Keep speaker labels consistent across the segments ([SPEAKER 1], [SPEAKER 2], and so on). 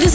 [SPEAKER 1] this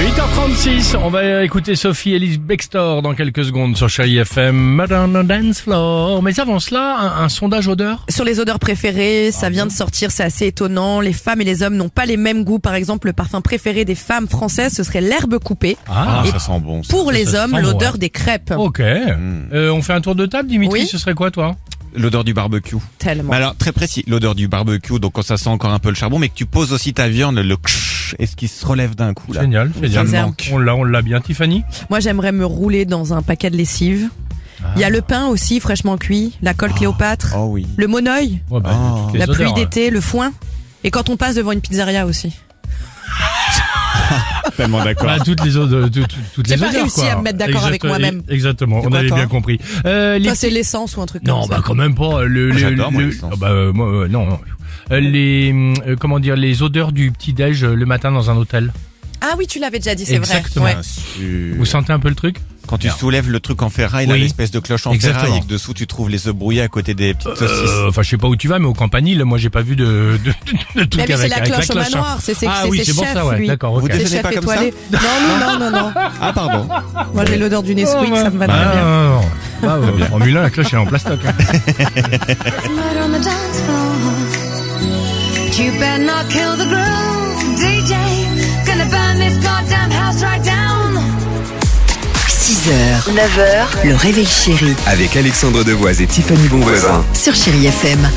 [SPEAKER 2] Et 8h36, on va écouter Sophie Elise Bextor dans quelques secondes sur Chérie FM, Madonna Dance Floor. Mais avant cela, un, un sondage odeur
[SPEAKER 3] Sur les odeurs préférées, ça vient de sortir, c'est assez étonnant. Les femmes et les hommes n'ont pas les mêmes goûts. Par exemple, le parfum préféré des femmes françaises, ce serait l'herbe coupée.
[SPEAKER 2] Ah,
[SPEAKER 3] Et
[SPEAKER 4] Ça sent bon. ça.
[SPEAKER 3] pour
[SPEAKER 2] ça
[SPEAKER 3] les
[SPEAKER 2] sent
[SPEAKER 3] hommes,
[SPEAKER 2] bon,
[SPEAKER 3] l'odeur
[SPEAKER 2] ouais. Oh.
[SPEAKER 3] des crêpes.
[SPEAKER 2] ok. Euh, on fait un tour de table, Dimitri,
[SPEAKER 3] Oui.
[SPEAKER 2] ce serait quoi toi
[SPEAKER 4] L'odeur du barbecue.
[SPEAKER 3] Tellement.
[SPEAKER 4] Mais alors, très précis, l'odeur du barbecue, donc quand ça sent encore un peu le charbon, mais que tu poses aussi ta viande, le ksh, est-ce qu'il se relève d'un coup là
[SPEAKER 2] Génial, génial.
[SPEAKER 3] me manque.
[SPEAKER 2] On l'a, on l'a bien. Tiffany
[SPEAKER 3] Moi, j'aimerais me rouler dans un paquet de lessive.
[SPEAKER 2] Ah.
[SPEAKER 3] Il y a le pain aussi, fraîchement cuit, la colle Cléopâtre,
[SPEAKER 4] Oh oui.
[SPEAKER 3] le monoeil,
[SPEAKER 2] Ouais, bah,
[SPEAKER 4] Oh.
[SPEAKER 2] toutes les
[SPEAKER 3] la pluie
[SPEAKER 2] Ah. odeurs, hein.
[SPEAKER 3] d'été, le foin. Et quand on passe devant une pizzeria aussi.
[SPEAKER 4] Tellement d'accord.
[SPEAKER 2] Bah, toutes les odeurs, tout- tout- toutes
[SPEAKER 3] J'ai
[SPEAKER 2] les
[SPEAKER 3] pas
[SPEAKER 2] odeurs,
[SPEAKER 3] réussi
[SPEAKER 2] quoi.
[SPEAKER 3] à me mettre d'accord avec
[SPEAKER 2] Exact-
[SPEAKER 3] moi-même.
[SPEAKER 2] Exactement, on
[SPEAKER 4] quoi,
[SPEAKER 2] avait
[SPEAKER 4] toi
[SPEAKER 2] bien compris. Euh, les
[SPEAKER 3] Toi, c'est l'essence ou un truc
[SPEAKER 2] Non,
[SPEAKER 3] comme ça.
[SPEAKER 2] bah quand même pas. Le, le-
[SPEAKER 4] J'adore, moi,
[SPEAKER 2] le-
[SPEAKER 4] l'essence.
[SPEAKER 2] Ah bah, euh, moi, euh, non. non. Euh, les hum, euh, comment dire les odeurs du petit déj le matin dans un hôtel.
[SPEAKER 3] Ah oui, tu l'avais déjà dit, c'est vrai.
[SPEAKER 2] Exactement.
[SPEAKER 3] Ouais.
[SPEAKER 2] Vous sentez un peu le truc
[SPEAKER 4] Quand tu soulèves le truc en ferraille, là,
[SPEAKER 2] Oui.
[SPEAKER 4] l'espèce de cloche en
[SPEAKER 2] Exactement.
[SPEAKER 4] ferraille, et que dessous tu trouves les œufs brouillés à côté des petites saucisses.
[SPEAKER 2] Euh, Enfin, je sais pas où tu vas, mais au campanile, moi, j'ai pas vu de de, de, de
[SPEAKER 3] Mais
[SPEAKER 2] truc
[SPEAKER 3] oui, c'est
[SPEAKER 2] avec,
[SPEAKER 3] la
[SPEAKER 2] avec
[SPEAKER 3] cloche au
[SPEAKER 2] hein.
[SPEAKER 3] manoir, c'est c'est-
[SPEAKER 2] Ah
[SPEAKER 3] c'est
[SPEAKER 2] oui,
[SPEAKER 3] ses
[SPEAKER 2] c'est pour
[SPEAKER 3] chefs,
[SPEAKER 2] ça, ouais.
[SPEAKER 3] lui.
[SPEAKER 2] D'accord. ok.
[SPEAKER 4] Vous
[SPEAKER 3] C'est
[SPEAKER 4] déjeunez
[SPEAKER 3] chef
[SPEAKER 4] pas comme ça
[SPEAKER 3] étoilé. Non, non, non, non, non.
[SPEAKER 4] Ah, pardon.
[SPEAKER 3] Moi, j'ai l'odeur du Nesquik, ça me va très
[SPEAKER 2] Bah,
[SPEAKER 3] bien.
[SPEAKER 2] non, non, non. Bah, euh, Formule 1, la cloche elle est en plastoc. hein.
[SPEAKER 5] You better not kill the groove, DJ. Gonna burn this goddamn house right down.
[SPEAKER 6] 6h, 9h, le réveil chéri
[SPEAKER 7] Avec Alexandre Devoise et Tiffany Bonvoisin.
[SPEAKER 6] sur Chérie FM.